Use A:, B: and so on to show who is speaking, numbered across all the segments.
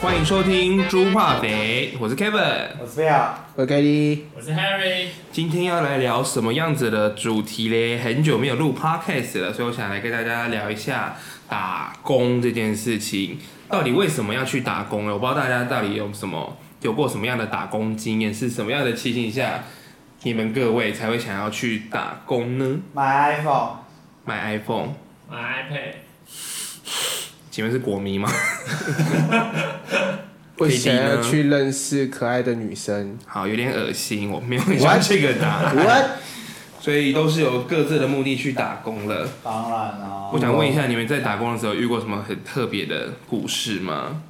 A: 欢迎收听《猪化肥》，我是 Kevin。
B: 我是贝尔，
C: OK 的，
D: 我是 Harry，
A: 今天要来聊什么样子的主题嘞？很久没有录 podcast 了，所以我想来跟大家聊一下打工这件事情，到底为什么要去打工呢？我不知道大家到底有什么有过什么样的打工经验，是什么样的情形下，你们各位才会想要去打工呢？
B: 买 iPhone，
A: 买 iPhone，
D: 买 iPad，
A: 请问是国迷吗？
C: 我
A: KD
C: 想要
A: 呢
C: 去认识可爱的女生。
A: 好，有点恶心，我没有很喜欢
C: What？
A: 这个答案，
C: What？
A: 所以都是有各自的目的去打工了。
B: 当然哦啦、
A: 我想问一下，你们在打工的时候遇过什么很特别的故事吗？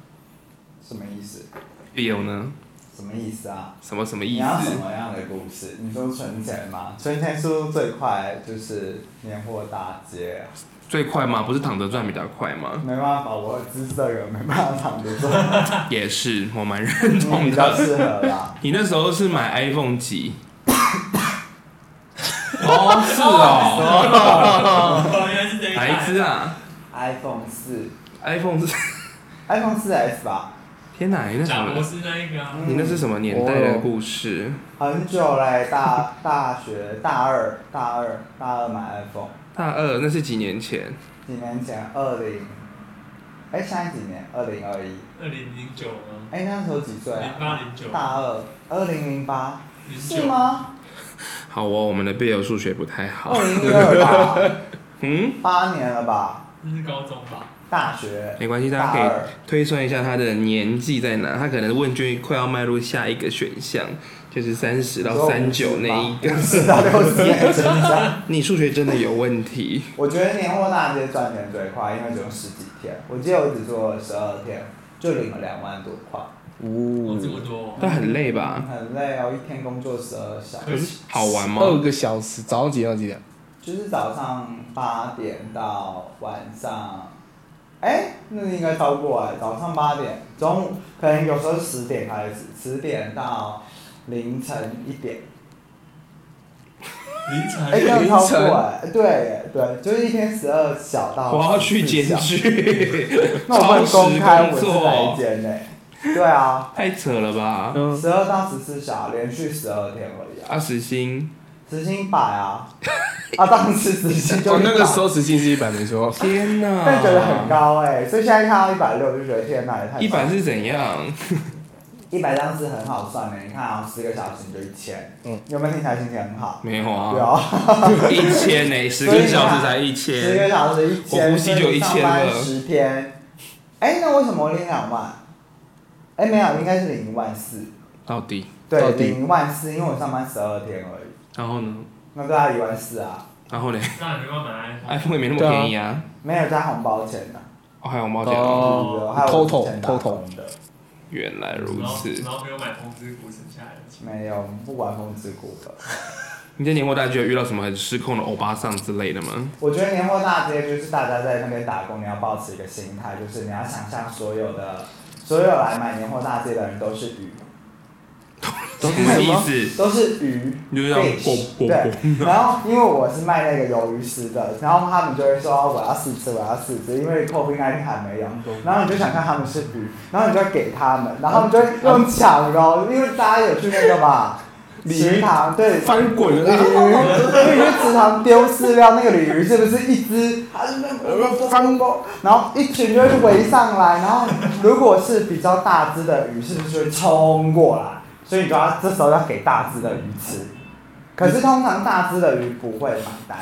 B: 什么意思？
A: 有呢？
B: 什么意思啊？
A: 什么什么
B: 你
A: 意
B: 要什
A: 思？
B: 么样的故事？你说存钱吗？存钱速度最快就是年货大街，啊
A: 最快吗？不是躺着赚比较快 吗？
B: 没办法，我姿色有没办法躺着做，
A: 也是，我蛮认
B: 你
A: 同
B: 比较
A: 的。
B: 适合啦。
A: 你那时候是买 iPhone 几？
B: 哦，是哦，
D: 哦，原来是这个
A: 哪一只啊
B: iPhone 四
A: ？iPhone 是？
B: ，iPhone 四 S 吧，
A: 天哪，你那什
D: 贾博
A: 么？
D: 士那一个啊，
A: 你那是什么年代的故事？
B: 很久嘞、大大学大二大二大二买 iPhone，
A: 大二，那是几年前？
B: 几年前二零，哎，现在几年？二零二一。
D: 二零零九吗？
B: 哎、那时候几岁啊？
D: 零八零九
B: 大二，二零零八，
D: 零
B: 是
D: 九
B: 吗？
A: 好哦，我们的 Bill 数学不太好
B: 二。零一二吧，
A: 嗯，
B: 八年了吧？
D: 那是高中吧？
B: 大学，
A: 没关系，大家
B: 大
A: 可以
B: 二，
A: 推算一下他的年纪在哪，他可能问卷快要迈入下一个选项，就是三十到三九那一个。
B: 四到六十年增长。
A: 你数学真的有问题，
B: 我觉得年货大街赚钱最快，因为只有十几天，我记得我只做了十二天，就领了两万多块，
D: 哦，这
C: 呜，
D: 么多哦，
A: 但很累吧？
B: 很累哦，一天工作十二小
D: 可
B: 时，
D: 是
A: 好玩
C: 二
A: 吗？
C: 个小时，早上几点到几点？
B: 就是早上八点到晚上。哎，那应该超过哎，早上八点，中午可能有时候十点开始，十点到凌晨一点，
D: 凌
B: 哎、这样
D: 晨
B: 超过
C: 凌晨
B: 哎、对对，就是一天十二小到
A: 我要去检
B: 14小
A: 举，
B: 那我不能公开我
A: 超时
B: 是
A: 工作
B: 哪一间呢、对啊，
A: 太扯了吧？
C: 嗯，
B: 十二到十四小，连续十二天而已啊，
A: 阿时薪，
B: 时薪百啊，啊，当时时薪就
C: 哦，那个时
B: 候，
C: 候时薪是一百，没错。
A: 天哪！
B: 但觉得很高哎、所以现在看到一百六就觉得天哪，也太
A: 一百是怎样？
B: 一百当时很好算的、你看啊，十个小时你就一千，
C: 嗯，
B: 有没有听起来心情很好？
A: 没有
B: 对
A: 啊，
B: 啊，
A: 一千 呢，十个小时才一
B: 十个
A: 千，
B: 小时一千，
A: 我呼吸就一千了
B: 十天，哎、那为什么我领两万？哎、没有，应该是领一万四。
A: 到底？
B: 对，
C: 到底
B: 领一万四，因为我上班十二天而已，
A: 然后呢？
B: 那对他一万四啊，
A: 然后呢
D: 那你没办法买 iPhone，
A: ？iPhone 也没那么便宜啊，
B: 没有加红包钱的、啊，
A: 哦，还有猫脚，
C: 哦
B: 有还有
C: 偷偷
B: 我之前打
C: 偷偷
B: 工的，
A: 原来如
D: 然后
A: 此。
D: 然后没有买通知股省下来的钱，
B: 没有，我们不玩风之谷的。
A: 你在年货大街有遇到什么很失控的欧巴桑之类的吗？
B: 我觉得年货大街就是大家在那边打工，你要保持一个心态，就是你要想象所有的所有来买年货大街的人都是鱼，
A: 什么意思？
B: 都是鱼，
A: 你就这样
B: fish，
A: 咕咕咕
B: 对。然后因为我是卖那个鱿鱼丝的，然后他们就会说哦我要四只，我要四只，因为 COVID 19还没有。
A: 嗯
B: 然后你就想看他们是鱼，然后你就会给他们，然后你就会用抢的哦，因为大家有去那个 吧，
C: 鲤鱼
B: 池塘对。
C: 翻滚了，鲤
B: 因为去池塘丢饲料，那个鲤鱼是不是一只？啊翻过，然后一群就会围上来，然后如果是比较大只的鱼，是不是就会冲过来？所以你就要这时候要给大只的鱼吃。可是通常大只的鱼不会买单，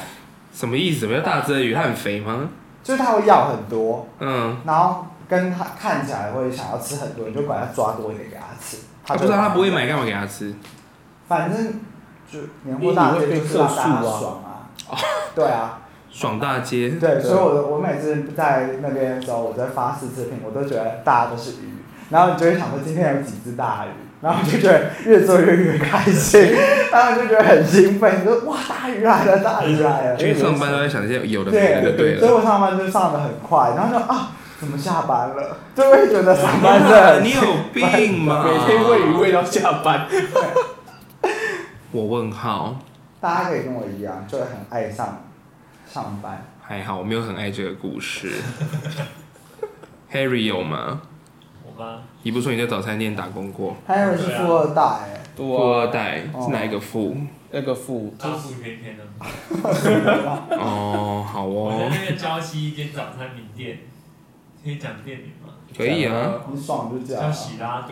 A: 什么意思？什么叫大只的鱼？它很肥吗？
B: 就是它会要很多，
A: 嗯，
B: 然后跟它看起来会想要吃很多，你就管它抓多一点给它吃。
A: 他
B: 它
A: 不
B: 就
A: 知道他不会，买，干嘛给他吃？
B: 反正就年货大街就是让大家爽啊。对啊，
A: 爽大街，
B: 对，所以我的我每次在那边的时候，我在发四次品，我都觉得大家都是鱼，然后你就会想说今天有几只大鱼，然后你就觉得越做越越开心，然后你就觉得很兴奋，你说哇大鱼来了，大鱼来了。
A: 去上班都在想这些有的没
B: 对
A: 的，对
B: 所以
A: 了。
B: 我上班就上的很快，然后就啊。怎么下班了，就会觉得上班 的
A: 你有病吗？
C: 每天喂鱼喂到下班，
A: 我问号，
B: 大家可以跟我一样，就会很爱上上班。
A: 还好我没有很爱这个故 事。Harry 有吗？
D: 我妈
A: 你不是说你在早餐店打工过？
B: 还有人是富二代、欸，
A: 富二
C: 对啊，
A: 代是哪一个富？
C: 那个富
D: 大腹便便呢。
A: 哦，好
D: 我在
A: 哦，
D: 那个礁溪一间早餐名店，可以讲店名吗？
A: 可 以啊。
B: 很爽就这样
D: 叫
B: 啊。
D: 喜拉朵。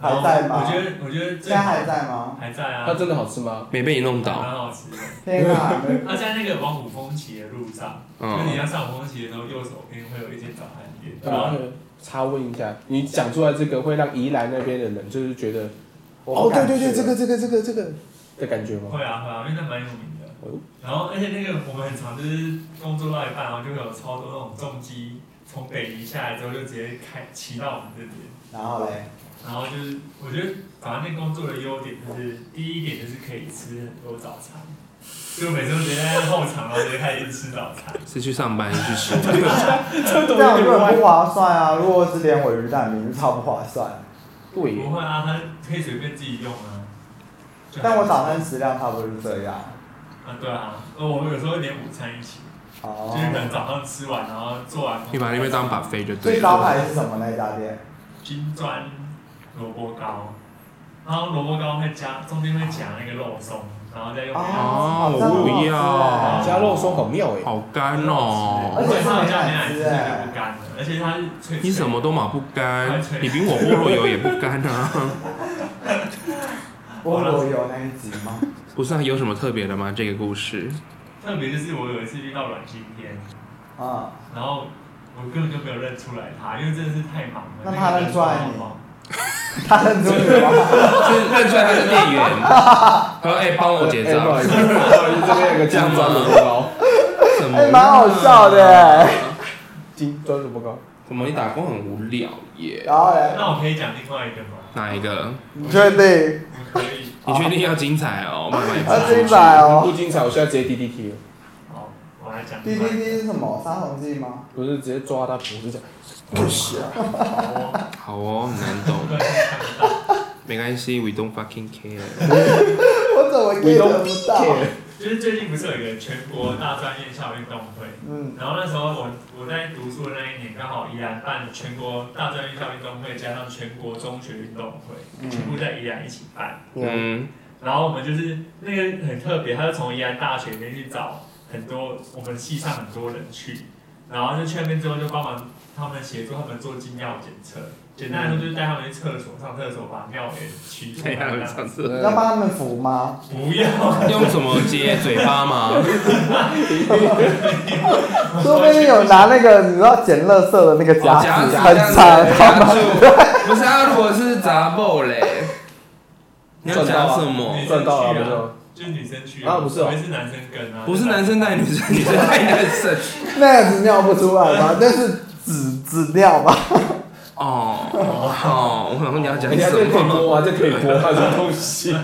D: 然后
B: 还在吗
D: 我觉得，我觉得
B: 现
D: 最
B: 在
D: 好
B: 还在吗？
D: 还在啊，
C: 它真的好吃吗？
A: 没被你弄
D: 蛮
A: 倒，
D: 好吃的。
B: 天哪！
D: 他在那个往五峰旗的路上，就是你
A: 嗯，
D: 要上五峰旗的时候，右手边会有一间早餐店，
C: 对
D: 然后
C: 啊插问一下，你讲出来这个会让宜兰那边的人就是觉得，
B: 我
C: 哦
B: 不敢去了
C: 这个这个这个的感觉吗？
D: 会啊会啊，因为那蛮有名的。然后而且那个我们很常就是工作到一半，然后就会有超多那种重机从北移下来之后就直接开骑到我们这边。
B: 然后嘞，
D: 然后就是我觉得反正那工作的优点就是第一点就是可以吃很多早餐，就每次都直接在后场，啊然后直接开始吃早餐。
A: 是去上班还是去吃？
C: 这
B: 这样就很不划算啊！如果是连尾鱼蛋饼，就超不划算。
C: 对耶
D: 不，会啊，他可以随便自己用啊。就还
B: 但我早餐食量差不多是这样。
D: 啊，对啊，呃，我们有时候连午餐一起，
B: 哦
D: 就是可。能早上吃完，然后做完工作。
A: 你把那边当把飞就对
B: 最招
A: 了。
B: 牌是什么那一家店？
D: 金砖萝卜糕，然后萝卜糕会加中间会夹那个肉松，然后再用。
A: 哦
B: 啊好像很好吃
A: 我不要
B: 欸
C: 加肉松好妙哎，
A: 好干哦，
D: 而且他们家牛奶吃的不干的，
B: 哦
D: 而且它是脆脆的。
A: 你什么都嘛不干，你比我菠萝油也不干啊。
B: 菠萝油那一集吗？
A: 不是啊，有什么特别的吗？这个故事
D: 特别就是我有一次遇到阮经天，
B: 啊，
D: 然后我根本就没有认出来他，因为真的是太忙了。
B: 那他认出来你
D: 吗？
B: 他认出你吗？
A: 是认出来他是店员，他说：“哎，帮我结
C: 哎不好
A: 账
C: 意。思，不好意思，这边有个金砖萝卜糕，”
A: 什么啊？
B: 哎，蛮好笑的欸。
C: 金砖萝卜糕，
A: 怎么你打工很无聊耶？
B: 然后嘞，
D: 那我可以讲另外一个吗？
A: 哪一
C: 啊
A: 个？
B: 你确定？
D: 我可以。
A: 你确定要精彩哦？ 慢慢
C: 啊
B: 要
A: 讲。
B: 精彩哦
C: 不。精彩，我现在直接 D D T 了，
D: 好，我来讲。
B: D D D 是什么？杀虫剂吗？
C: 不是直接抓他脖子讲，
B: 不是啊。
D: 哦，
A: 好哦，很难懂
D: 我。突然间看不到，
A: 没关系，We don't fucking care。
B: 我怎么
C: We
B: get
C: don't
B: 不到？
C: care，
D: 就是最近不是有一个全国大专院校运动会？
B: 嗯，
D: 然后那时候我我在读书的那一年，刚好宜兰办全国大专院校运动会，加上全国中学运动会，
B: 嗯
D: 全部在宜兰一起办。
C: 嗯，
A: 嗯，
D: 然后我们就是那个很特别，他就从宜兰大学里面去找很多我们系上很多人去，然后就去那边之后就帮忙他们协助他们做精尿检测，简单来说就是带他们去厕所上厕所把尿给取出
A: 这
D: 来
A: 样
D: 这样。
A: 上次
B: 要帮他们扶吗？
D: 不要，
A: 用什么接嘴巴吗？
B: 说不定有拿那个你知道捡垃圾的那个夹
A: 哦子
B: 子，很长，
A: 夹住。不是啊，如果是杂爆嘞，你要讲什么？
C: 赚到了，不是吗？
D: 就是女生去
C: 啊不是哦
D: 还是男生跟啊？
A: 不是男生带女生，女生带男生。
B: 那样子尿不出来吗？那是纸纸尿吧？
A: 哦，好，我想说你要讲
C: 人家
A: 什
C: 这可以
A: 么？
C: 播啊，这可以播啊，这东西，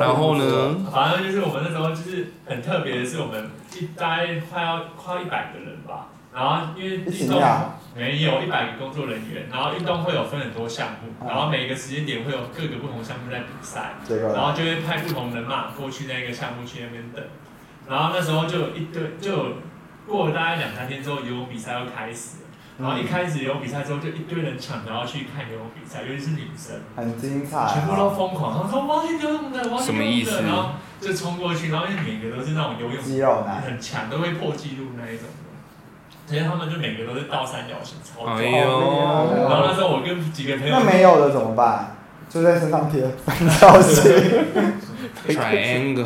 A: 然后？呢？
D: 反正就是我们那时候就是很特别的是，我们一大概快要快要一百个人吧，然后因为
B: 一起
D: 运动
B: 尿，
D: 没有一百个工作人员，然后运动会有分很多项目，然后每个时间点会有各个不同项目在比赛，
B: 结果
D: 然
B: 呢
D: 后就会派不同人马过去那个项目去那边等，然后那时候就有一堆就有过了大概两三天之后，游泳比赛又开始了。然后一开始游泳比赛之后，就一堆人抢着要去看游泳比赛，尤其是女生。
B: 很精彩
D: 全部都
B: 啊，
D: 疯狂，他们说哇，你游泳的，哇，
A: 什么意思
D: 然后就冲过去，然后因为每个都是那种游泳
B: 肌肉男，
D: 很强，都会破纪录那一种的，所以他们就每个都是倒三角形操作。
A: 哎呦，
D: 然后那时候我跟几个朋友
B: 哦那，没有的怎么办？就在身上贴反照器，
A: triangle，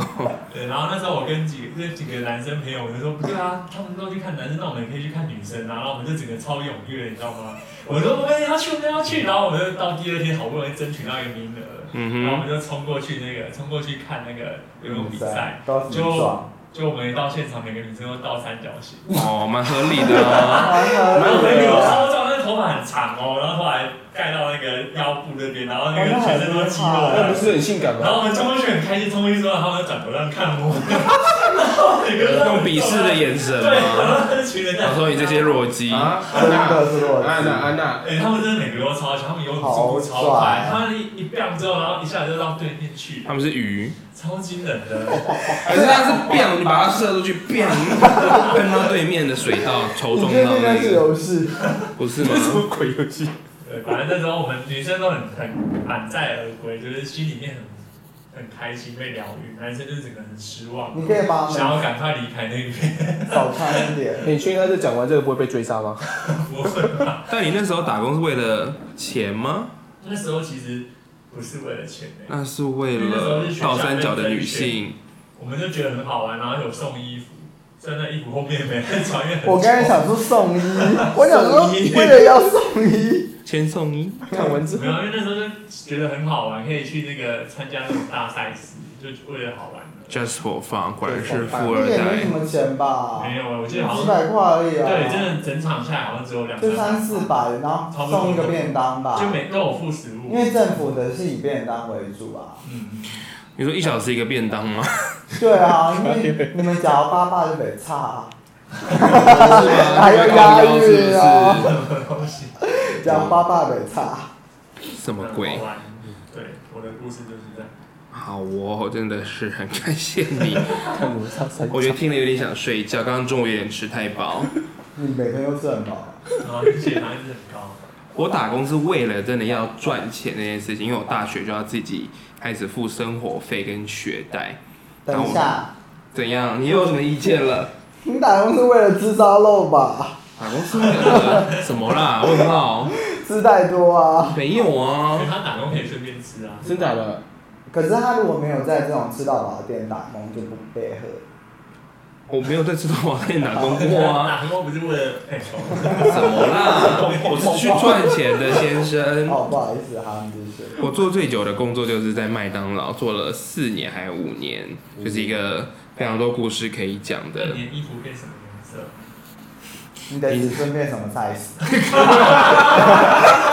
D: 对，然后那时候我跟几个跟几个男生朋友，我就说不对啊，他们都去看男生，那我们也可以去看女生啊，然后我们就整个超踊跃，你知道吗？我说我们也要去，我们也要去，然后我们就到第二天好不容易争取到一个名额，然
A: 嗯
D: 后我们就冲过去那个冲过去看那个游泳
B: 嗯
D: 比赛。
B: 都很爽，
D: 就我们一到现场，每个女生都倒三角形，
A: 哼，哦，蛮合理的啊。
B: 蛮
D: 然后
B: 合理
D: 每个都
B: 的。啊
D: 超壮，那头发很长哦，然后后来盖到那个腰到部那边，然后那个全身都肌肉啊，
C: 那不是很性感
D: 然
C: 吗？
D: 后我们冲过去很开心，冲过去之后，他们就转头让看我，然后每个人
A: 用鄙视的眼神
D: 对，然
A: 吗？
D: 后那群人在
A: 我，说你这些弱鸡，
C: 啊，安
B: 真
C: 娜，
B: 的是弱
C: 安娜，
B: 智。
C: 安娜，
D: 哎、他们真的每个都超强，他们游泳速度超
B: 好
D: 快
B: 帅，
D: 他们一一 bang 之后，然后一下就到对面去了，
A: 他们是鱼，
D: 超惊人的。
A: 还是它是变，你把它射出去变， 喷到对面的水道，球
B: 你
A: 撞
B: 确
A: 到
B: 定那
A: 那
B: 是
A: 个，
B: 游戏？
A: 不是吗？
C: 鬼游戏？
D: 对，反正那时候我们女生都很很满载而归，就是心里面很很开心被疗愈，男生就是整个很失望，
B: 你可以帮
D: 想
B: 他
D: 要赶快离开那边。
B: 们少穿一点。
C: 你确定他这讲完这个不会被追杀吗？
D: 我会吧
A: 但你那时候打工是为了钱吗？
D: 那时候其实不是为了钱、欸、
A: 那是为了倒三角的女性，
D: 我们就觉得很好玩，然后有送衣服，虽然那衣服后面没人穿，因为很
B: 我刚才
D: 丑
B: 想说送医，我想说为了要送医，
A: 千送一。
C: 看完之后
D: 没，有，因为那时候就觉得很好玩，可以去那个参加那种大赛事，就为了好玩的。
A: Just for fun，果然是富
B: 那
A: 二
B: 个也没
A: 代
B: 什。么钱吧，
D: 没有啊，我记得好
B: 几
D: 像
B: 百块而已啊。
D: 对，真的整场下来好像只有两
B: 就
D: 百
B: 三四百，然后送一个便当吧
D: 就，每都有付食
B: 因
D: 物。
B: 为政府的是以便当为主啊吧。
D: 嗯，
A: 你说一小时一个便当吗？
B: 对啊，因为你们假如八爸就得差、
A: 是吗？
B: 还有押韵哦
A: 是不是？
D: 什么东西？
B: 假如八爸得差，
A: 什么鬼
D: 好？玩？对，我的故事就是这样。
A: 好哦，真的是很感谢你。
C: 看我上三
A: 我觉得听了有点想睡觉，刚刚中午有点吃太饱。
B: 你每天都挣吧。
D: 然后血糖一直很高，
A: 我打工是为了真的要赚钱那件事情，因为我大学就要自己开始付生活费跟学贷。
B: 等一下，
A: 怎样？你又有什么意见了？
B: 你打工是为了吃烧肉吧？
A: 打工是为了什么啦？问号？
B: 吃太多啊。
A: 没有
D: 因
A: 啊
D: 为。他打工可以顺便吃啊。
C: 真假的？
B: 可是他如果没有在这种吃到饱的店打工，就不被喝。
A: 我没有在自动网店打工过 啊，
D: 打工不是为了配酬，
A: 怎么啦？我是去赚钱的先生。
B: 哦，不好意思，哈，你继续。
A: 我做最久的工作就是在麦当劳，做了四年还有五年，就是一个非常多故事可以讲
D: 那
A: 的。
D: 你的衣服变什么颜色？
B: 你的尺寸变什么 size？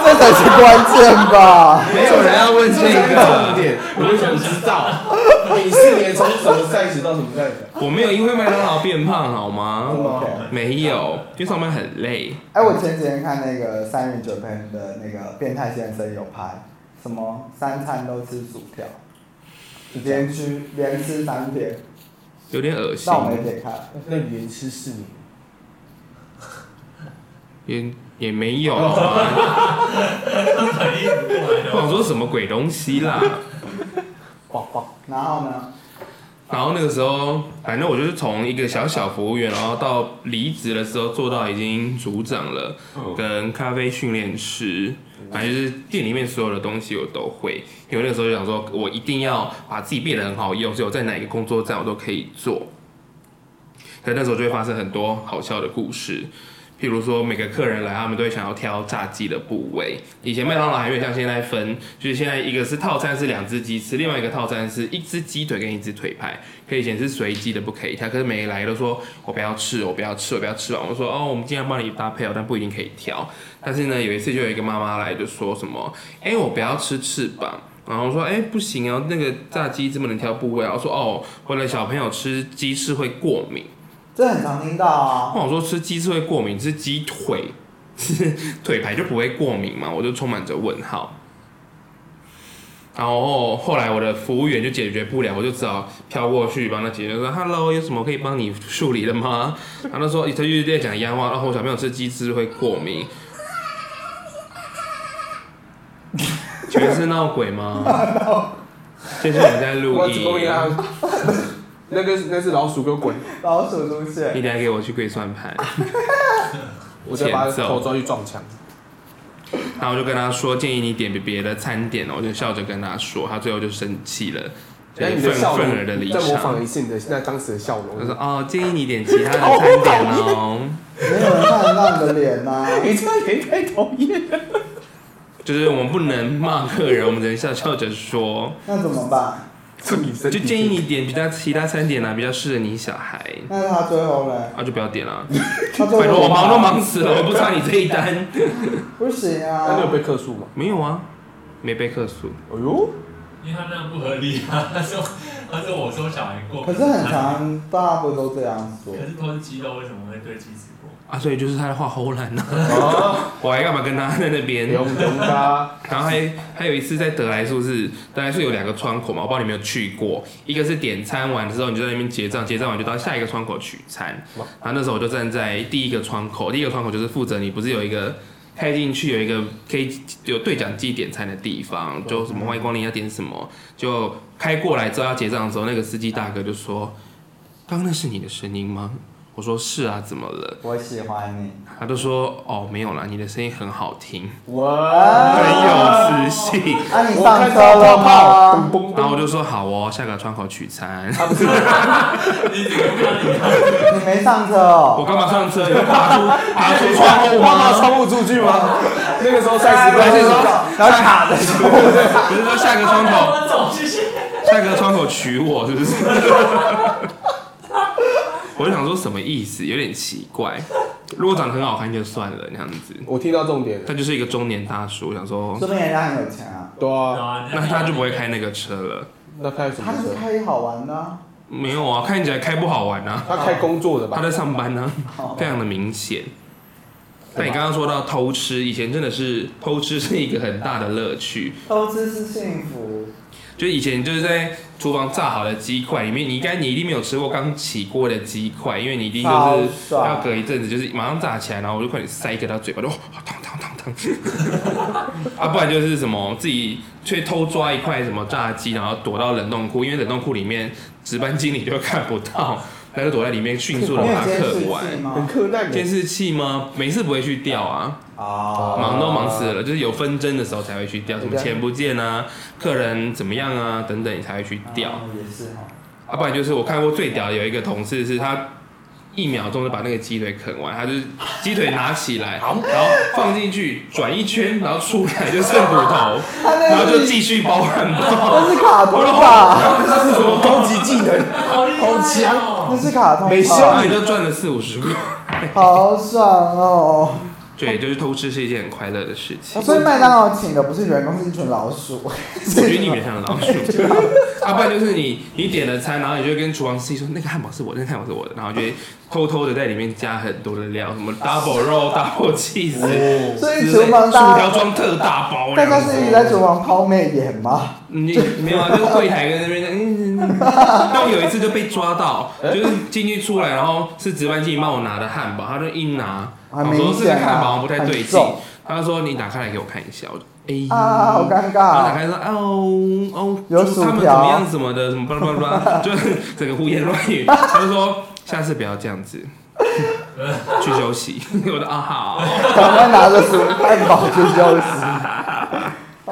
B: 这才是关键吧。
A: 没有人要问这
C: 重
A: 个，
C: 点，我们想知道你四年从什么赛事到什么赛事？
A: 我没有因为麦当劳变胖好吗？
B: OK。
A: 没有，因为上班很累。
B: 哎、我前几天看那个三人九朋的那个变态先生有拍，什么三餐都吃薯条，连吃连吃三天，
A: 有点恶心
B: 但。我没点看。
C: 那你连吃四年，
A: 也也没有啊，
D: 反应不过来
A: 我
D: 的
A: 想
D: 话。
A: 说什么鬼东西啦。
C: 哇哇！
B: 然后呢？
A: 然后那个时候，反正我就是从一个小小服务员，然后到离职的时候做到已经组长了，跟咖啡训练师，反正就是店里面所有的东西我都会。因为那个时候就想说，我一定要把自己变得很好用，所以我在哪一个工作站我都可以做。可那时候就会发生很多好笑的故事，譬如说每个客人来，他们都会想要挑炸鸡的部位。以前麦当劳还没有像现在分，就是现在一个是套餐是两只鸡翅，另外一个套餐是一只鸡腿跟一只腿排。可以以前是随机的，不可以挑。可是每个来都说我不要吃，我不要吃，我不要吃完。我说哦，我们尽量帮你搭配哦，但不一定可以挑。但是呢，有一次就有一个妈妈来就说什么，哎、我不要吃翅膀。然后我说，哎、不行哦，那个炸鸡这么能挑部位啊。我说哦，我的小朋友吃鸡翅会过敏。
B: 这很常听到啊。
A: 跟我说吃鸡翅会过敏，吃鸡腿，吃腿排就不会过敏嘛？我就充满着问号。然后后来我的服务员就解决不了，我就只好飘过去帮他解决，说：“Hello，有什么可以帮你处理的吗？”然后他说：“他就在讲烟话，然后我小朋友吃鸡翅会过敏。”全是闹鬼吗？这是我们在录
C: 我
A: 音
C: 只，供应他，啊那个那是老鼠，给我滚！
B: 老鼠出
A: 你
B: 现，
A: 等下给我去跪算盘。
C: 我再把他头抓去撞墙。
A: 然后我就跟他说，建议你点别的餐点哦，我就笑着跟他说，他最后就生气了，就
C: 那
A: 是
C: 你的
A: 愤
C: 笑容
A: 愤而的离，
C: 再模
A: 场。
C: 仿一次你的那当时的笑
A: 我说
C: 容。
A: 哦，建议你点其他的餐点哦，
B: 没有人看得到你的脸啊呐、
C: 你这个人太讨厌了。
A: 就是我们不能骂客人，我们只能笑笑着说，
B: 那怎么办？
C: 祝你身
A: 就
C: 体
A: 建议你点比较其他餐点啊，比较适合你小孩，
B: 那他最后呢？
A: 啊就不要点了，
B: 他最
A: 拜
B: 后
A: 托我忙 都忙死了，我不差你这一单，
B: 不行
C: 那你有
B: 啊。
C: 被克数吗？
A: 没有啊，没被克数。
C: 哎呦，
D: 因为他那样不合理啊。他说他说我说小孩过，
B: 可是很，常大家不都这样说？
D: 可是都是鸡肉，为什么会对鸡子过？
A: 啊，所以就是他在画后栏呐，
C: 啊，
A: 我还干嘛跟他在那边？
C: 勇勇的，
A: 然后还还有一次在德莱素是德莱素有两个窗口嘛，我不知道你有没有去过，一个是点餐完之后你就在那边结账，结账完就到下一个窗口取餐。
C: 哇
A: 然后那时候我就站在第一个窗口，第一个窗口就是负责你不是有一个开进去有一个可以有对讲机点餐的地方，就什么欢迎光临要啊点什么，就开过来之后要结账的时候，那个司机大哥就说：“刚刚那是你的声音吗？”我说：“是啊，怎么了
B: 我喜欢你，？”
A: 他就说：“哦，没有啦，你的声音很好听，
C: 哇，
A: 很有磁性。”
B: 啊，你
C: 我
B: 上
C: 看啊
B: 车
C: 到
B: 了
C: 泡泡，
B: 吗？
C: 嘣嘣
A: 然后
C: 嘣，
A: 我就说好哦，下个窗口取餐。
D: 你怎么看你看？
B: 你没上车哦
A: 我。干嘛上车？有爬出爬出窗
C: 我
A: 户
C: 爸妈
A: 吗？
C: 窗户出去吗？那个时候三
B: 然
C: 十块
B: 后
C: 钱，
B: 然后卡着说，
A: 不是说下个窗口，
D: 我走，谢谢。
A: 下个窗口取我是不 是？我就想说什么意思，有点奇怪。如果长得很好看就算了，那样子。
C: 我听到重点了，
A: 他就是一个中年大叔，我想说
B: 说明人家很有钱啊，
C: 对啊，
D: 啊
A: 那他就不会开那个车了。
C: 那开什
B: 他
C: 么
B: 就是
C: 车？
B: 开好玩的啊。
A: 没有啊，看起来开不好玩啊，
C: 他开工作的
A: 他
C: 吧？
A: 在上班啊呢、
B: 哦
A: 非常的明显。那你刚刚说到偷吃，以前真的是偷吃是一个很大的乐趣。
B: 偷吃是幸福，
A: 就以前就是在厨房炸好的鸡块里面，你应该你一定没有吃过刚起锅的鸡块，因为你一定
B: 超
A: 就是
B: 爽
A: 要隔一阵子，就是马上炸起来，然后我就快点塞给他嘴巴，就哇，烫烫烫 烫。啊，不然就是什么自己去偷抓一块什么炸鸡，然后躲到冷冻库，因为冷冻库里面值班经理就看不到，他就躲在里面迅速
B: 你
A: 的
B: 有
A: 把它
B: 监视
A: 刻
B: 器
A: 完。
C: 很
B: 吗？
C: 困难
A: 监
C: 的，
A: 视器吗？每次不会去掉啊。
B: 啊，
A: 忙都忙死了，就是有纷争的时候才会去掉，什么钱不见啊，客人怎么样啊等等，你才会去掉。
B: 啊也是哈。
A: 啊，不然就是我看过最屌的有一个同事是他。一秒钟就把那个鸡腿啃完，他就是鸡腿拿起来，然后放进去转一圈，然后出来就剩骨头，
B: 他
A: 然
B: 那
A: 后
B: 个
A: 就是继续包汉堡。
B: 哦那是卡通吧？
C: 这是什么高级技能？
D: 好厉害哦
C: 好强
B: 那是卡通吧，
C: 没效
A: 然 后你就赚了四五十块。
B: 好爽哦！
A: 对，就是偷吃是一件很快乐的事情。
B: 所以麦当劳请的不是员工，是一群老鼠。
A: 我觉得你蛮像老鼠。 啊，不然就是你你点了餐，然后你就会跟厨房司机说那个汉堡是我的，那个汉堡是我的，然后就会偷偷的在里面加很多的料，什么 double 肉、double cheese，
B: 啊
C: 哦
B: 所以
A: 之类
B: 厨房
A: 薯
B: 大
A: 条装特大包，
B: 大家是一直在厨房抛媚眼吗？
A: 你没有啊？就是柜台跟那边嗯，嗯嗯但我有一次就被抓到， 就是进去出来，然后是值班经理帮我拿的汉堡，他就一拿，
B: 很
A: 我说
B: 明
A: 这个
B: 显
A: 汉堡
B: 啊，
A: 好像不太对
B: 很
A: 劲
B: 重，
A: 他就说你打开来给我看一下，我就哎呀
B: 啊，好尴
A: 然后打
B: 尬。
A: 开说哦哦，
B: 有
A: 祝
B: 薯
A: 他们怎
B: 条
A: 么样什么的，什么巴拉巴拉巴 拉，就是整个胡言乱语。他就说下次不要这样子，去休息。我的啊好，
B: 赶快拿着薯汉堡去休 息，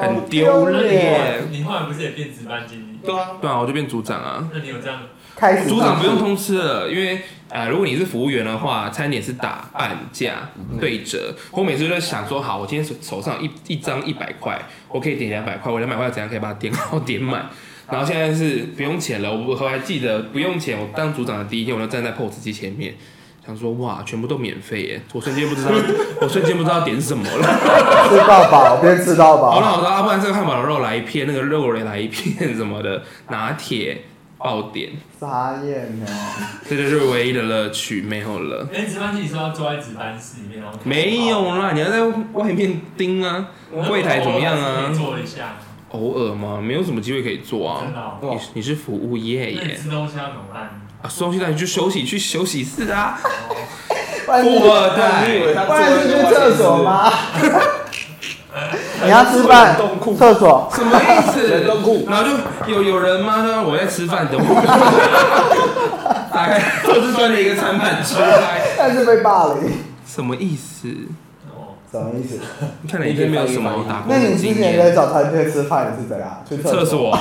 A: 很丢
D: 那
A: 脸。
D: 你你后来不是也变值班经理？
C: 对啊，
A: 对啊，我就变组长啊。
D: 那你有这样？
B: 开 始
A: 组长不用通吃了，因为呃，如果你是服务员的话，餐点是打半价对折。我每次都在想说，好，我今天手手上有一一张一百块，我可以点两百块，我两百块怎样可以把它点好点满。然后现在是不用钱了，我我还记得不用钱，我当组长的第一天，我就站在 POS 机前面，想说哇，全部都免费耶！我瞬间不知道，我瞬间不知道点什么了。
B: 吃到饱，边吃到
A: 好了，
B: 饱。
A: 我说啊，不然这个汉堡肉来一片，那个肉来来一片什么的，拿铁爆点。
B: 傻眼 呢，
A: 这就是唯一的乐趣，没有了。
D: 哎，值班经理是要坐在值班室里面，然后
A: 没有啦，你要在外面盯啊，柜台怎么样啊？
D: 坐一下，
A: 偶尔嘛，没有什么机会可以做
D: 真
A: 啊。
D: 的哦。
A: 你你是服务业
D: 那你
A: 耶，
D: 吃东西要怎么办？
A: 啊，吃东西带你去休息，去休息室啊，
B: 不然
A: 富
B: 是
A: 二
C: 你
A: 代。
C: 以为他
B: 不
C: 坐
B: 然是
C: 在
B: 去厕所？吗？ 你要吃饭
C: 冷冻库，
B: 厕所
A: 什么意思？
C: 冷冻库
A: 然后就有有人吗？那我在吃饭，等我。 打开桌子端了一个餐盘出来，
B: 但是被霸凌，
A: 什么意思？你
D: 哦，
B: 什么意思？
A: 看来已经没有什么打工
B: 那
A: 的
B: 你之
A: 经
B: 前在
A: 验。
B: 早餐店吃饭你是怎样？去
A: 厕所啊？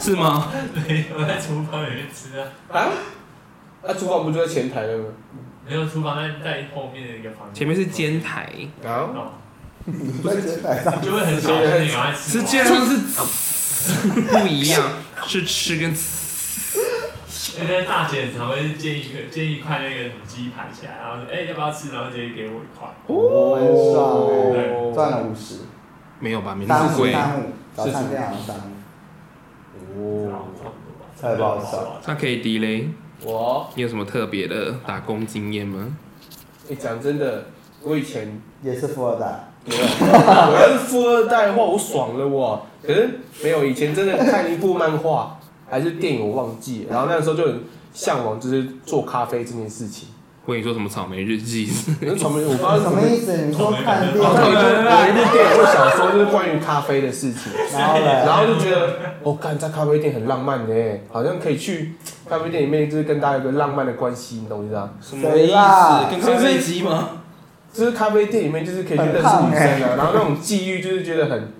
A: 是吗？
D: 对，我在厨房里面吃啊，
C: 啊？那厨房不就在前台了吗？
D: 没有厨房在在后面的一个房间，
A: 前面是尖台，
C: 啊，
D: 哦，
B: 不是前台上，
D: 就会很小心，你赶快吃
A: 吃
D: 完。
A: 竟然是不一样，是吃跟
D: 因为大姐常会煎一个煎一块那个鸡排起来，然后说哎、要不要吃，然后直接给我一块。
C: 哦
B: 很爽
D: 哎
B: 赚了五十，
A: 没有吧？民
B: 三
A: 富
B: 五
A: 贵
B: 三五，早餐店好像三五，
C: 哦，
D: 差
B: 太
D: 不多吧，
B: 不好笑了
A: 那可以 D 嘞？
C: 我
A: 你有什么特别的打工经验吗？
C: 哎，讲真的，我以前
B: 也是富二代，
C: 没有，我要是富二代的话，我爽了我。可是没有，以前真的看一部漫画还是电影，我忘记了。然后那时候就很向往，就是做咖啡这件事情。
A: 问你说什么草莓日记？
C: 可是传媒，我不知道是
B: 什
C: 什么
B: 么。意思？你说看
C: 然后
B: 店，
C: 有一部电影，我小时候就是关于咖啡的事情。
B: 然后嘞，
C: 然后就觉得，哦，干在咖啡店很浪漫呢，好像可以去咖啡店里面，就是跟大家有个浪漫的关系，你懂我意思啊？
A: 什
B: 么意思
A: 啊跟
C: 跟咖啡
A: 机吗？
C: 就是咖啡店里面就是可以去认识女生
B: 很棒欸
C: 啊，然后那种际遇就是觉得很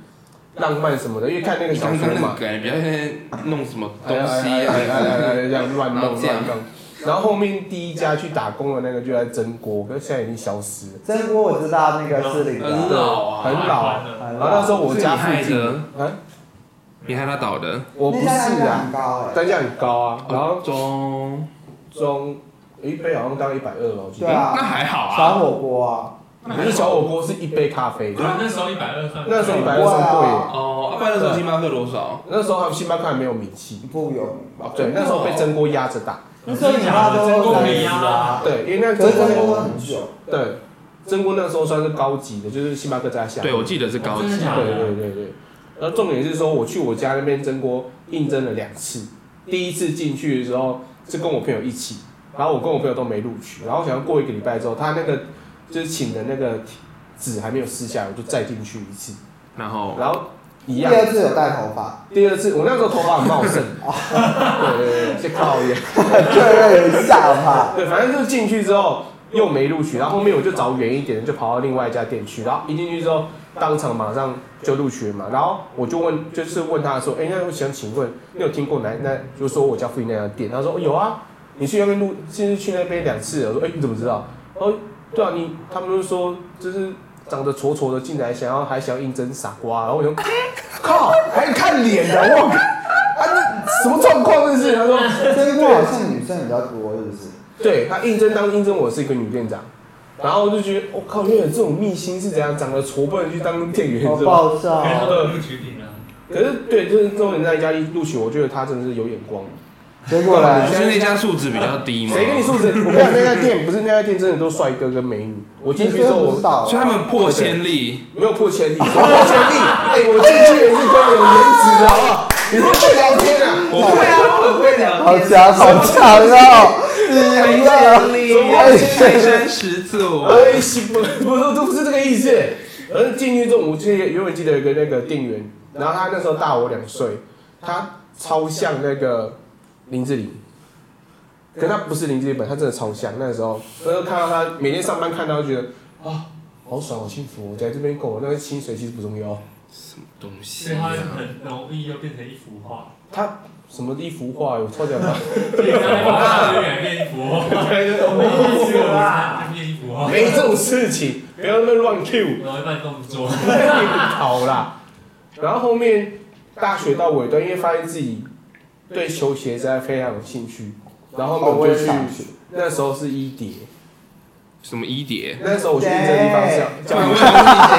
C: 浪漫什么的，因为看那个
A: 你
C: 小
A: 刚刚
C: 说
A: 那
C: 嘛
A: 个，感觉比较像弄什么东西
C: 哎哎哎哎哎
A: 啊？
C: 哎这样乱
A: 然后
C: 弄
A: 这样
C: 乱弄。然后后面第一家去打工的那个就在蒸锅，可是现在已经消失了。
B: 真锅我知道那个是领
A: 很
B: 的，
A: 老
D: 哇
A: 啊，
C: 很老啊
D: 完了
B: 很
C: 然后
B: 老
C: 那时候我家附
A: 是你害
C: 近
A: 的，
C: 啊，
A: 你看他倒的
C: 我不
B: 那家单
C: 是
B: 价
C: 啊，
B: 很高哎，
C: 单价很高啊，然后
A: 中，
C: 中一杯好像大概一百二吧，我记得
B: 对。啊
A: 嗯那还好啊。
B: 小火锅啊，
C: 不是小火锅，是一杯咖啡。
D: 啊那时候一百二算
C: 那时候一百
B: 不
C: 二
B: 会
C: 算贵耶，
B: 啊
A: 哦，啊不然那时候星巴克多少？
C: 那时候还有星巴克还没有名气。
B: 不有名吧？
C: 对，那时候被蒸锅压着打。
B: 那时候你妈都
D: 真
B: 三
D: 公平
B: 十啊
D: 啊，
C: 对，因为那
B: 可
C: 个
B: 是真
C: 蒸
B: 锅啊
C: 锅，
B: 很久，
C: 对，蒸锅那时候算是高级的，就是星巴克在它下面。
A: 对，我记得是高
D: 真的
A: 级。
D: 假
C: 对
D: 的？
C: 对对对。然后重点是说，我去我家那边蒸锅应征了两次，第一次进去的时候是跟我朋友一起，然后我跟我朋友都没录取，然后想要过一个礼拜之后，他那个就是请的那个纸还没有撕下来，我就再进去一次，
A: 然后
C: 然后一
B: 第
C: 样。
B: 二次有戴头发，
C: 第二次，我那时候头发很茂盛，对对对，是靠眼。
B: 确认一下嘛。
C: 对，反正就进去之后又没录取，然后后面我就找远一点的，就跑到另外一家店去，然后一进去之后，当场马上就录取了嘛。然后我就问，就是问他说，哎、那我想请问，你有听过哪那就说我家附近那家店？他说、哦有啊，你去那边录，甚至去那边两次了。我说，哎、你怎么知道？哦，对啊，你他们就说就是。长得矬矬的进来，想要还想要应征傻瓜，然后我就靠，还看脸的，我啊那什么状况这是？他说
B: 真锅好像女生比较多，是不是？
C: 对他应征当应征我是一个女店长，然后我就觉得我、靠，原来有这种秘辛是怎样，长得矬不能去当店员
B: 好
C: 是吧？
B: 哦爆
D: 因为他
B: 笑，
D: 都有录取品啊，
C: 可是对，就是中人在家一录取，我觉得他真的是有眼光。
B: 结果
A: 你
B: 嘞，
A: 是那家素质比较
B: 嗯
A: 低吗？
C: 谁 跟你？素质？我跟你讲，那家店不是那家店，真的都帅哥跟美女。我进去之 后，
B: 不知
C: 我
B: 道
A: 所以他们破千例，
C: 没有破千里，什么破千里？哎、我进去也是光有颜值的好不好？你会去聊天啊？
A: 我会啊，我会聊
B: 好强，好强哦！你赢了，
A: 爱山十足。
C: 哎，是不不是，这不是这个意思。呃而是进去之后，我记得原本记得有一个那个店员，然后他那时候大我两岁，他超像那个林志玲，可他不是林志玲本，他真的超像。那时候，那时候看到他每天上班看到，就觉得啊，好爽，好幸福。我在这边过，我那个薪水其实不重要。
A: 东西
D: 所以他
A: 啊，
D: 很容易又变成一幅画，
C: 他什么一幅画，我超想把
D: 所以他大人远变一幅画，没意思啦，变一幅画，
C: 没这种事情，不要那么乱 Q。
D: 然后慢动作，
C: 好啦。然后后面大学到尾端，因为发现自己对球鞋实在非常有兴趣，然后我们就去
B: 哦我也是。
C: 那时候是一叠，
A: 什么一叠？
C: 那时候我去这个地方叫叫，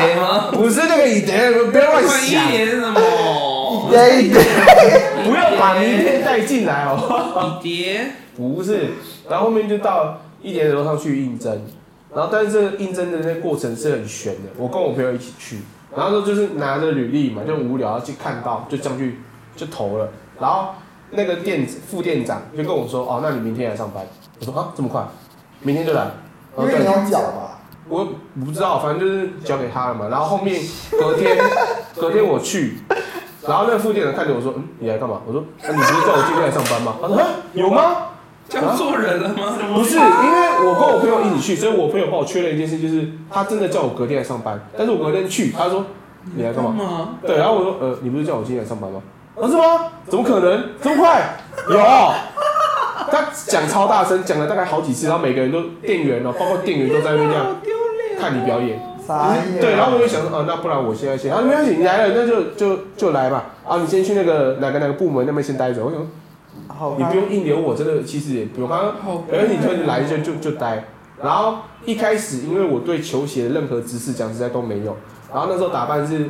A: 一叠吗？
C: 不是那个一叠，不要乱
A: 一
C: 想，
A: 叠是什么？
B: 这一点
C: 不要把名片带进来哦。
A: 一叠
C: 不是，然后后面就到一叠的楼上去应征，然后但是这个应征的那个过程是很悬的，我跟我朋友一起去，然后就是拿着履历嘛，就无聊去看到，就这样去就投了，然后那个店副店长就跟我说，哦，那你明天来上班，我说啊这么快，明天就来，
B: 因
C: 哦
B: 为你
C: 对，
B: 有脚吧？
C: 我不知道，反正就是交给他了嘛，然后后面隔天 隔天我去。然后那个副店长看着我说：“嗯，你来干嘛？”我说：“那、你不是叫我今天来上班吗？”他说：“啊，有吗？”
A: 这样做人了吗？
C: 不是，因为我跟我朋友一起去，所以我朋友帮我确认一件事，就是他真的叫我隔天来上班，但是我隔天去，他说你来干嘛？
A: 嘛？
C: 对，然后我说呃，你不是叫我今天来上班吗？他说吗？怎么可能？这么快？有。啊他讲超大声，讲了大概好几次，然后每个人都店员哦，包括店员都在那边这样看你表演。
B: 啥意
C: 对，然后我就想说，啊，那不然我现在先，啊，没关系，你来了，那就就就来嘛。啊，你先去那个哪个哪个部门那边先待着。我想说，
B: 好
C: 你
B: 看
C: 不，用硬留我，真的其实也不用。刚刚
A: 好
C: 而你就来就就就待。然后一开始因为我对球鞋的任何知识讲实在都没有，然后那时候打扮是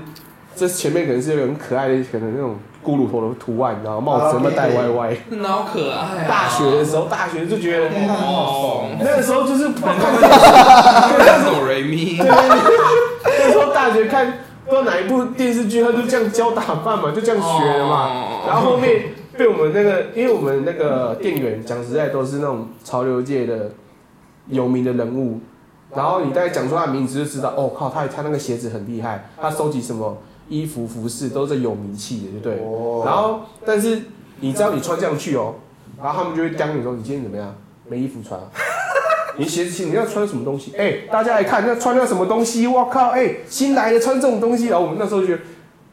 C: 这前面可能是有很可爱的，可能那种咕噜头的图案，然后帽子什么戴歪歪。
A: 那好可爱啊！
C: 大学的时候，大学就觉得
A: 哦，
C: 那个时候就是
A: 难
C: 看
A: 怪
C: 看
A: 那种瑞咪，
C: 那时候大学看不知道哪一部电视剧，他就这样教打扮嘛，就这样学的嘛。
A: 哦
C: 然后后面被我们那个，因为我们那个店员讲实在都是那种潮流界的有名的人物，然后你大概讲出他的名字就知道，哦靠，他他那个鞋子很厉害，他收集什么衣服服饰都是有名气的，对不对？然后但是你知道你穿这样去哦，然后他们就会刁你说你今天怎么样，没衣服穿啊、你鞋子新，你要穿什么东西？哎、大家来看，那穿那什么东西？我靠，哎、新来的穿这种东西，哦然后我们那时候就觉得，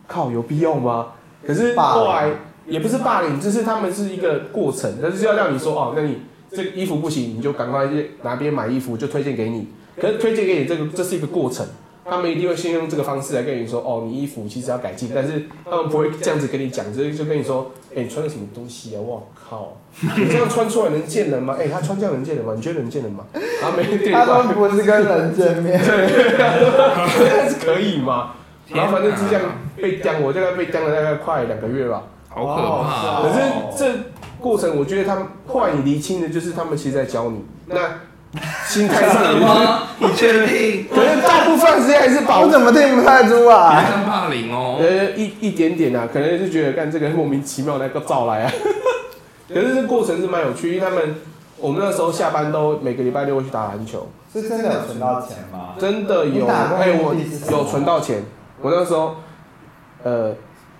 C: 靠，有必要吗？可是
B: 霸凌
C: 后来也不是霸凌，就是他们是一个过程，但是要让你说哦，那你这个衣服不行，你就赶快去哪边买衣服，就推荐给你。可是推荐给你这个，这是一个过程，他们一定会先用这个方式来跟你说，哦，你衣服其实要改进，但是他们不会这样子跟你讲，就是就跟你说，哎、你穿的什么东西啊？我靠，你这样穿出来能见人吗？哎、他穿这样能见人吗？你觉得能见人吗？啊，没店
B: 他
C: 员
B: 都不是跟人见面，
C: 可以吗？然后反正就这样被刁，我大概被刁了大概快两个月吧。
A: 好可怕
C: 可
A: 哦！
C: 是这过程，我觉得他们后来你厘清的就是他们其实在教你，那心态上
A: 真的
C: 也是，
A: 吗？你确定？
C: 可是大部分时间还是保
B: 我怎么听不太出
A: 别
B: 来？
A: 看霸凌哦，
C: 呃，一一点点啊，可能是觉得干这个莫名其妙那个照来啊。 可是这过程是蛮有趣，因为他们我们那时候下班都每个礼拜六会去打篮球，
B: 是真的有存到钱吗？
C: 真的有
B: 你打工
C: 哎、我
B: 目的是什么
C: 有存到钱，我那时候呃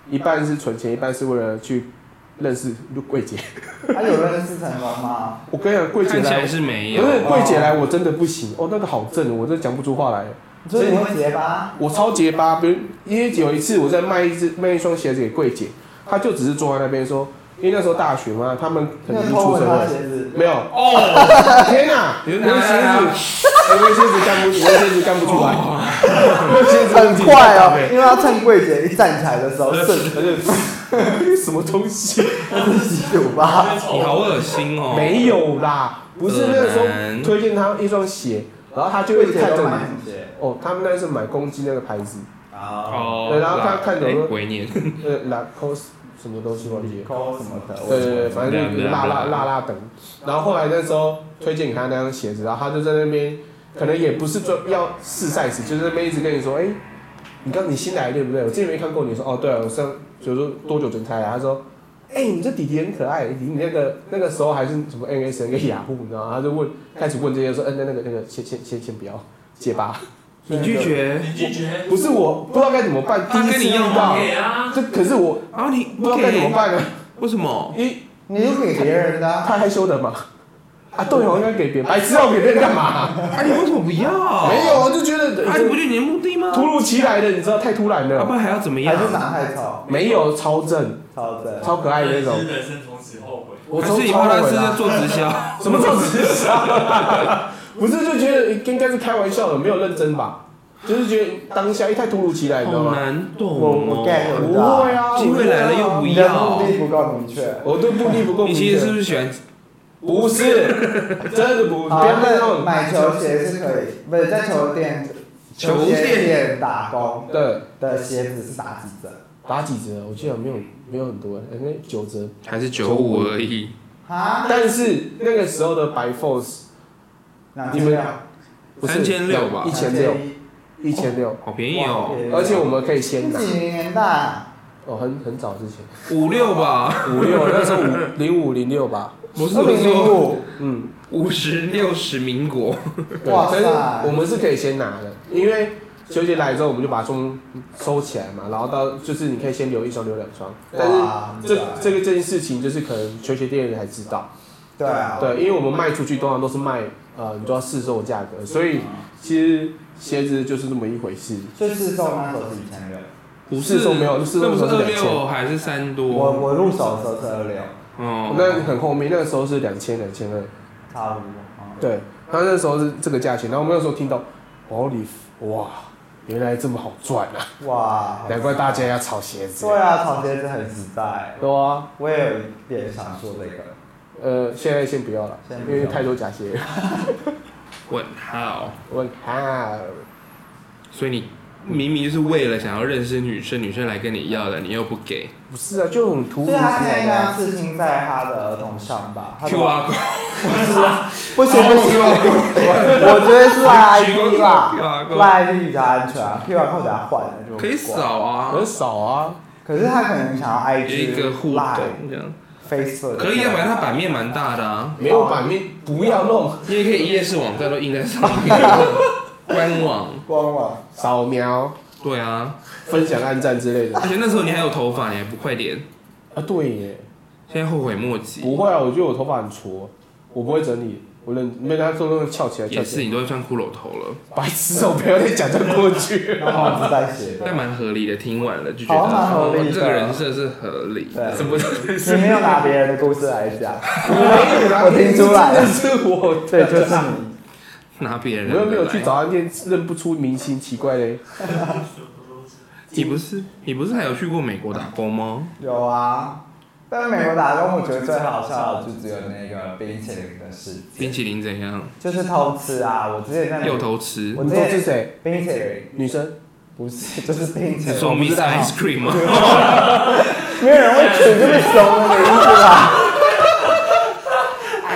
C: 一半是存钱，一半是为了去认识桂姐。
B: 他有认识成功吗？
C: 我跟你讲，桂姐
A: 看起来
C: 来。
A: 是没
C: 不
A: 有。
C: 是桂姐来，我真的不行哦，那个好正，我真的讲不出话来。
B: 你说你会结巴？
C: 我超结巴，比如因为有一次我在卖一只卖一双鞋子给柜姐，她就只是坐在那边说，因为那时候大学嘛，他们可
B: 你有
C: 能已经
B: 偷
C: 出
B: 闻
C: 社
B: 他的
C: 会，
B: 鞋子？
C: 没有，
A: 哦，
C: 天哪，我
A: 有
C: 的鞋
A: 哪啊
C: 子，哎我的鞋子干不，我的鞋子干不出来，
A: 哦
C: 我的鞋子
B: 很快 哦，因为要趁柜姐一站起来的时候顺
C: 而且什么东西？
B: 势酒吧。
A: 你好恶心哦！
C: 没有啦，不是那个时候推荐她一双鞋，然后她就
B: 柜
C: 一直
B: 姐
C: 看
B: 都
C: 着
B: 买
C: 你，
B: 很鞋
C: 哦，他们那是买公鸡那个牌子，
B: 啊，
A: 哦
C: 对，然后看看懂了
A: 哎鬼脸，
C: 呃，Lacoste 什么东西忘记了。
B: 抠什么的，
C: 对对对，反正就是辣辣辣辣等。然后后来那时候推荐给他那双鞋子，然后他就在那边，可能也不是说要试 size，就是那边一直跟你说，哎、你刚你新来对不对？我之前没看过你说，哦对啊，我上就是说多久整才来？他说，哎、你这弟弟很可爱，你那个那个时候还是什么 NSN 跟雅虎，你知道吗？他就问开始问这些说，嗯、那那个那个先先先先不要结巴，
A: 你拒绝，
D: 你拒绝？
C: 不是我不知道该怎么办，第
A: 他
C: 一
A: 跟
C: 次
A: 你
C: 遇
A: 要吗，
C: 到
D: 给啊！
C: 这可是我
A: 然后你
C: 不知道该怎么办呢，
A: 为什么？
C: 因为
B: 你就给别人的啊，
C: 太害羞的嘛。啊，对哦，应该给别人，白哦痴要给别人干嘛？
A: 啊，你为什么不要？
C: 没有，，我就觉得
A: 啊，你不就你的目的吗？啊
C: 突如其来的，你知道太突然
A: 要不
C: 了。
A: 然还要怎么
B: 还
A: 样？
B: 是长太丑，
C: 没有，超正，
B: 超正。
C: 超可爱的那
D: 人
C: 种
D: 生。人生从此后悔。
C: 我
A: 还
C: 超
A: 是以
C: 超
A: 后他
C: 后悔
A: 是
C: 的啊
A: 在做直销？
C: 什么时候直销？不是，就觉得应该是开玩笑的，没有认真吧？就是觉得当下哎一太突如其来，你知道
A: 好
C: 吗？
A: 难懂
B: 我我 get
A: 哦。
B: 了
C: 不会啊，
A: 机会来了又不
B: 你的目的不够明确。
C: 我对目的不够
A: 你
C: 明
A: 其
C: 确
A: 实是不是喜欢？
C: 不是，真的不，
B: 好
C: 不要再让
B: 那
C: 我
B: 买球鞋是可以，不是在球店
A: 球
B: 鞋
A: 店
B: 店打工
C: 对
B: 的鞋子是打几折？
C: 打几折？我记得没有没有很多，应该九折
A: 还是九五而已？
B: 啊？
C: 但是那个时候的白 Force
B: 两
C: 你
B: 千
C: 们
B: 六，
C: 不是
A: 3600吧
C: 一千六，一千六，
A: 好便宜哦，
C: 而且我们可以先拿
B: 几年代？
C: 哦，很很早之前，
A: 五六吧？
C: 五 六那时候五零五零六吧，
A: 不是
B: 二
A: 我
B: 零零
A: 说
B: 五，
C: 嗯，
A: 五十六十民国，
C: 对，
B: 哇
C: 但
B: 塞
C: 是我们是可以先拿的，因为球姐来之后我们就把钟收起来嘛，然后到就是你可以先留一双留两双，但是
B: 哇，啊
C: 这这个这件事情就是可能球鞋店才知道，
B: 对啊，
C: 对，因为我们卖出去通常都是卖呃你都要试售价格，所以其实鞋子就是这么一回事，
B: 所以试售那时候是一千六，
A: 不
C: 四售没有四
A: 那
C: 售
A: 不是
C: 是
A: 二
C: 两千。
A: 六还是三
B: 我
A: 多？
B: 我入手的时候是二六，
A: 嗯，
C: 那很后面，那个时候是两千两千二，
B: 差不多。啊
C: 对，他那时候是这个价钱，然后我们那时候听到保利，哇，原来这么好赚啊，
B: 嗯哇，
C: 难怪大家要炒鞋子。
B: 对啊，炒鞋子很实在。
C: 对啊，
B: 我也有点想做这个，
C: 呃，现在先不要了
B: 现在，不
C: 因
B: 要
C: 为太多假鞋了。
A: 问号，
C: 问啊，
A: 所以你明明就是为了想要认识女生，女生来跟你要的，你又不给
C: 不是啊，就很突如
B: 所
C: 其
B: 以他现在应
C: 来的
B: 该
C: 啊
B: 要。刺青在他的儿童上吧？他的
A: QR
B: 不行不 行，我觉得是
C: 啊
B: 赖 ID 啦
A: QR，code
B: 赖 ID 比较安全啊，QR code 等下换了就
A: code 可以
B: 挂。
A: 扫啊，
C: 很少啊，
B: 可是他可能想要
A: 有
B: IG
A: 一个互
B: 赖
A: 动这样，
B: Facebook
A: 可以啊，反正它版面蛮大的啊，
C: 没有版面，不要弄，
A: 你也可以一页式网站都印在上面，官网。
B: 官网
C: 扫描、
A: 对啊，
C: 分享、按赞之类的。
A: 而且那时候你还有头发，你还不快点，
C: 啊，对耶，
A: 现在后悔莫及。
C: 不会啊，我觉得我头发很挫，我不会整理，我认被他说那种翘起来，翘
A: 也是，
C: 起来，
A: 你都会穿骷髅头了，
C: 白痴哦，不要再讲这个过去
B: 然
C: 了。
B: 后自带写的，
A: 但蛮合理的。听完了就觉
B: 好蛮合理
A: 得哦
B: 的
A: 这个人设是合理的，
B: 对
A: 什么都
B: 你没有拿别人的故事来 讲，
C: 我
B: 我听出来
C: 这
B: 了
C: 是我的。
B: 对，就是你。
A: 拿别人
C: 我又没有
A: 的
C: 去
A: 来
C: 早餐店，认不出明星，奇怪嘞。
A: 你不是你不是还有去过美国打工吗？
B: 有啊，但是美国打工，我觉得最好笑的就只有那个冰淇淋的事
A: 冰
B: 情，
A: 淇淋怎样？
B: 就是偷吃啊！我之前在美
A: 又偷吃
B: 我？
C: 你
B: 之
C: 都是
B: 前
C: 谁？
B: 冰淇淋
C: 女生？
B: 不是，就是冰
A: 你
B: 淇淋，
A: 说
B: 我不
A: Miss
B: 知道
A: Ice Cream 吗？
B: 没有人会取这么怂的名字啦。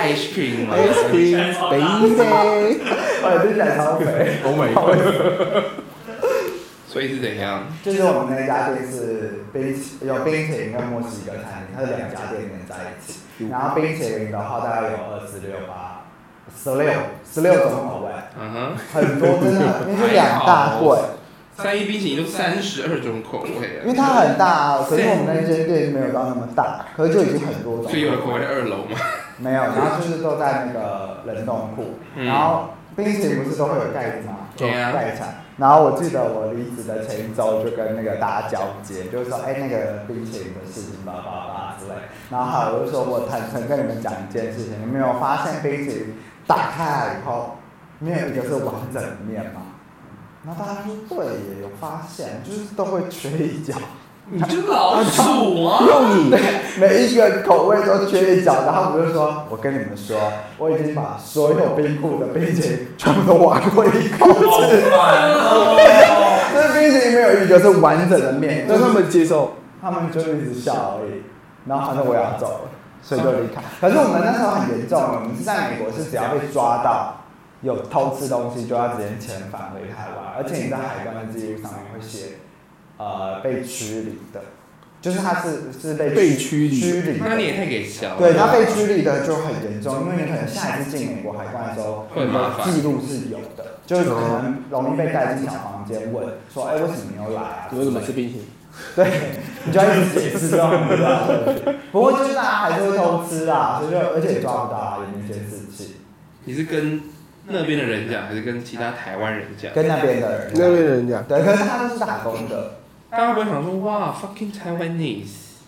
A: Ice Cream 吗？
C: Ice cream baby。
B: 我听起来超肥。
C: Oh my god！
A: 所以是怎样？
B: 就是我们那家店是冰淇有冰淇淋跟墨西哥餐厅，它是两家店连在一起。 然后冰淇淋的话大概有二十六吧，十六十六种口味，
A: 嗯哼，
B: 很多真的， 因为是两大柜，
A: 三一冰淇淋都三十二种口味
B: 因为
A: 啊，
B: 它很大、哦，可是我们那间店没有到那么大，可是就已经很多种
A: 所以有的口味在二楼嘛。
B: 没有，然后就是都在那个冷冻库，
A: 嗯
B: 然后冰淇淋不是都会有盖子吗？
A: 对啊
B: 盖起来。然后我记得我离职的前一周就跟那个大家交接，就是说，哎，那个冰淇淋的事情，叭叭叭之类。然后还有我就说我坦诚跟你们讲一件事情，你们有发现冰淇淋打开来以后，没有一个是完整的面吗？然后大家说对耶，有发现，就是都会缺一角。
A: 你这老鼠啊！
B: 用你每一个口味都缺一角，然后我就说，我跟你们说，我已经把所有冰库的冰淇淋全部都玩过一 口吃，这冰淇淋没有一个是完整的面，就
C: 让
B: 是
C: 他们接受。
B: 他们就一直笑而已，然后反正我也要走了，所以就离开。可是我们那时候很严重，我们是在美国是只要被抓到有偷吃东西就要直接遣返回台湾，而且你在海关的记录上面会写，呃，被驱离的，就是他是是被
C: 被驱离
B: 驱离的
A: 那你也太给小了。
B: 对他被驱离的就很严重，因为你可能下一次进美国海关的时候，
A: 会麻烦
B: 记录是有的，就是可能容易被带进小房间问说，哎、为什么没有来啊？
C: 你为什么吃冰淇淋？
B: 对，你就要一直解释这样子。不过就是大家还是会偷吃啦，所以就而且也抓不到啊，有那些事情，
A: 你是跟那边的人讲，还是跟其他台湾人讲？
B: 跟那边的人，
C: 那边的人讲，
B: 对，可是他都是打工的，
A: 大家会不会想说哇，fucking Taiwanese？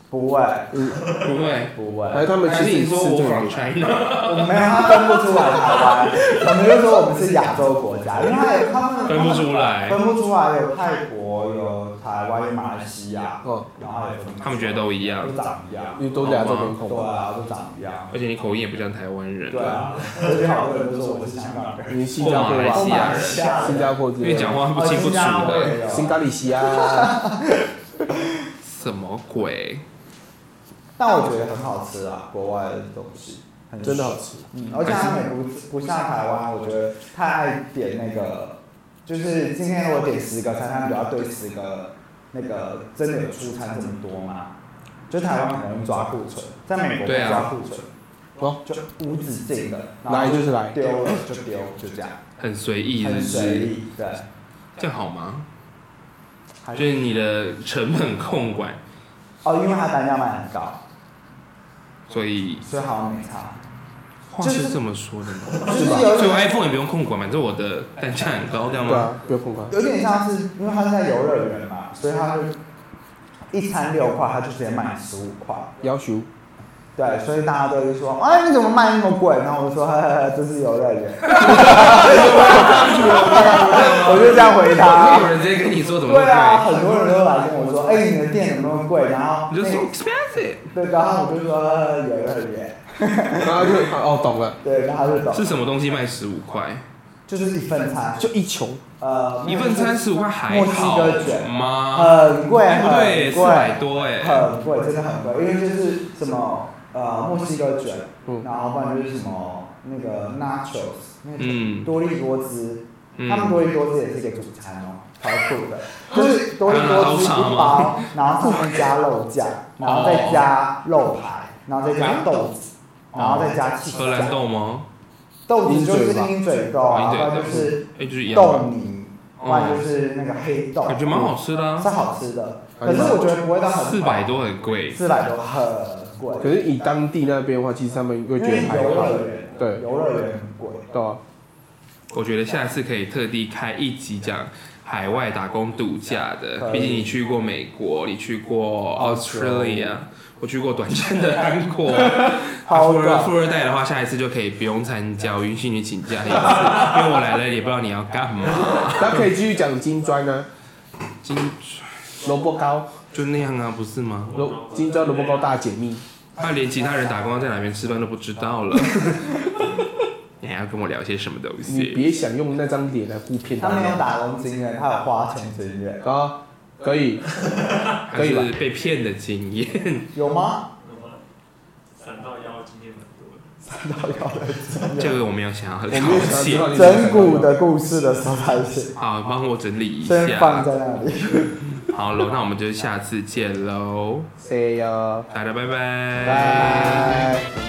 B: 不会
A: 不会，
B: 不会，
C: 哎，他们
A: 还
C: 其
A: 是
C: 实
A: 你
C: 是
A: 说我
C: 这
A: from
C: 样。
A: China？
B: 我们没有他分不出来台湾，我们就说我们是亚洲国家，因为他也他们
A: 分不出来
B: 分不出来有泰国有台湾有马来西亚，
C: 哦，
B: 然后也分不出来
A: 他们觉得都一样
B: 都，长一样，
C: 你都两
A: 哦
C: 种面孔
B: 对。啊，都长一样，
A: 而且你口音也不像台湾人，
B: 对啊，而且好多人都说我是香港人，
C: 你新加坡
A: 马来西
C: 吧，
A: 亚人
C: 新加坡之
A: 因
C: 类
A: 为讲
C: 的，
A: 话不清
B: 哦
A: 不楚的。
B: 的
C: 新咖喱西啊亚，
A: 什么鬼？
B: 但我觉得很好吃啊，国外的东西很
C: 真的好
B: 爽，
C: 吃。
B: 嗯，而且他们也不不像台湾，我觉得太爱点那个，就是今天我点十个餐，他们就要对十个那个真的有出餐这么多吗？就台湾很容易抓库存，在美国不
A: 对啊
B: 抓库存，
C: 哦
B: 就无止境的，然
C: 来
B: 后
C: 就是来，
B: 丢了就丢，就这样，
A: 很随意，是
B: 很
A: 不
B: 随
A: 是？
B: 意，对，
A: 这样好吗？
B: 还
A: 就是你的成本控管，
B: 哦，因为它单价卖很高，
A: 所以
B: 所以好像没差，
A: 话
B: 就是
A: 是这么说的呢。
B: 就是
C: 吧
B: 有
A: 所以
B: 点
A: 我 iPhone 也不用控管，反正我的单价很高，这样
C: 对
A: 吗？
C: 啊，不要碰它。
B: 有点像是，因为他是在游乐园嘛，所以他就一餐六块，他就直接卖十五块。
C: 要求
B: 对，所以大家都会说，哎，你怎么卖那么贵？然后我就说，呵呵呵，这是游乐园。 我就这样回
A: 没
B: 答。
A: 有人直接跟你说怎么
B: 啊对啊，
A: 那么
B: 很多人都来跟我说，哎，你的店怎么那么贵？然后
A: 贵，你就说 expensive
B: 对，然后我就说呵呵游乐园，
C: 然后就哦懂了，
B: 对，然后他就懂，
A: 是什么东西卖十五块？
B: 就是一份餐，
C: 就一球，
B: 呃，
A: 一份餐十五块还好
B: 墨西哥卷
A: 吗？哎
B: 很贵，
A: 对不对？
B: 很
A: 四百
B: 贵，
A: 多哎、
B: 很贵，真的很贵，因为就是什么呃墨西哥卷，
C: 嗯
B: 然后不然就是什么那个 nachos，那个
A: 嗯
B: 多利多汁，他们
A: 嗯，
B: 多利多汁也是一个主餐哦，超酷 的，就是多利多汁一包，
A: 哦
B: 然后上面加肉酱，然后再加肉排，然后再加豆子，然后再加气
A: 荷兰豆吗？哦
B: 豆子就是鹰嘴豆，然后不然哦就是
A: 哎、就是一样
B: 豆
A: 吧，
B: 泥，不然就是那个黑豆，嗯
A: 感觉蛮好吃的、啊
B: 是，好吃的，可是我觉得不会到很
A: 四百，多很贵。
B: 四百多很
C: 可
B: 贵，
C: 是以当地那边的话，其实他们会
B: 因
C: 觉
B: 为
C: 得还
B: 游
C: 好，
B: 乐园，
C: 对
B: 游乐园很贵。
C: 对啊，
A: 我觉得下次可以特地开一集讲海外打工度假的，
B: 可以
A: 毕竟你去过美国，你去过
B: 澳洲
A: Australia，我
C: 嗯
A: 去过短暂的韩 国。
B: 好
A: 富
C: 啊
A: 二
B: 短，
A: 富二代的话，下一次就可以不用参加，我允许你请假一次，因为我来了也不知道你要干嘛。
C: 那可以继续讲金砖呢，
A: 金
C: 萝卜糕，
A: 就那样啊，不是吗？
C: 萝金砖萝卜糕大解密，
A: 他连其他人打工在哪边吃饭都不知道 了，你还要跟我聊些什么东
C: 你
A: 西？
C: 别想用那张脸来欺骗
B: 他
C: 他
B: 没有
C: 们
B: 打工经验，他有花钱经验，
C: 啊，可以，
A: 还
C: 可以吧
A: 是被骗的经 验？
B: 有吗？
D: 闪到腰经验很多。
A: 这个我没有想要
C: 啊我
A: 了
C: 没有想要知
A: 解
C: 道。你
B: 整蛊的故事的时候才写，
A: 好，帮我整理一
B: 先放
A: 下。
B: 在那里。
A: 好了，那我们就下次见喽，
C: ，say 呀，
A: 大家拜拜。
C: 拜。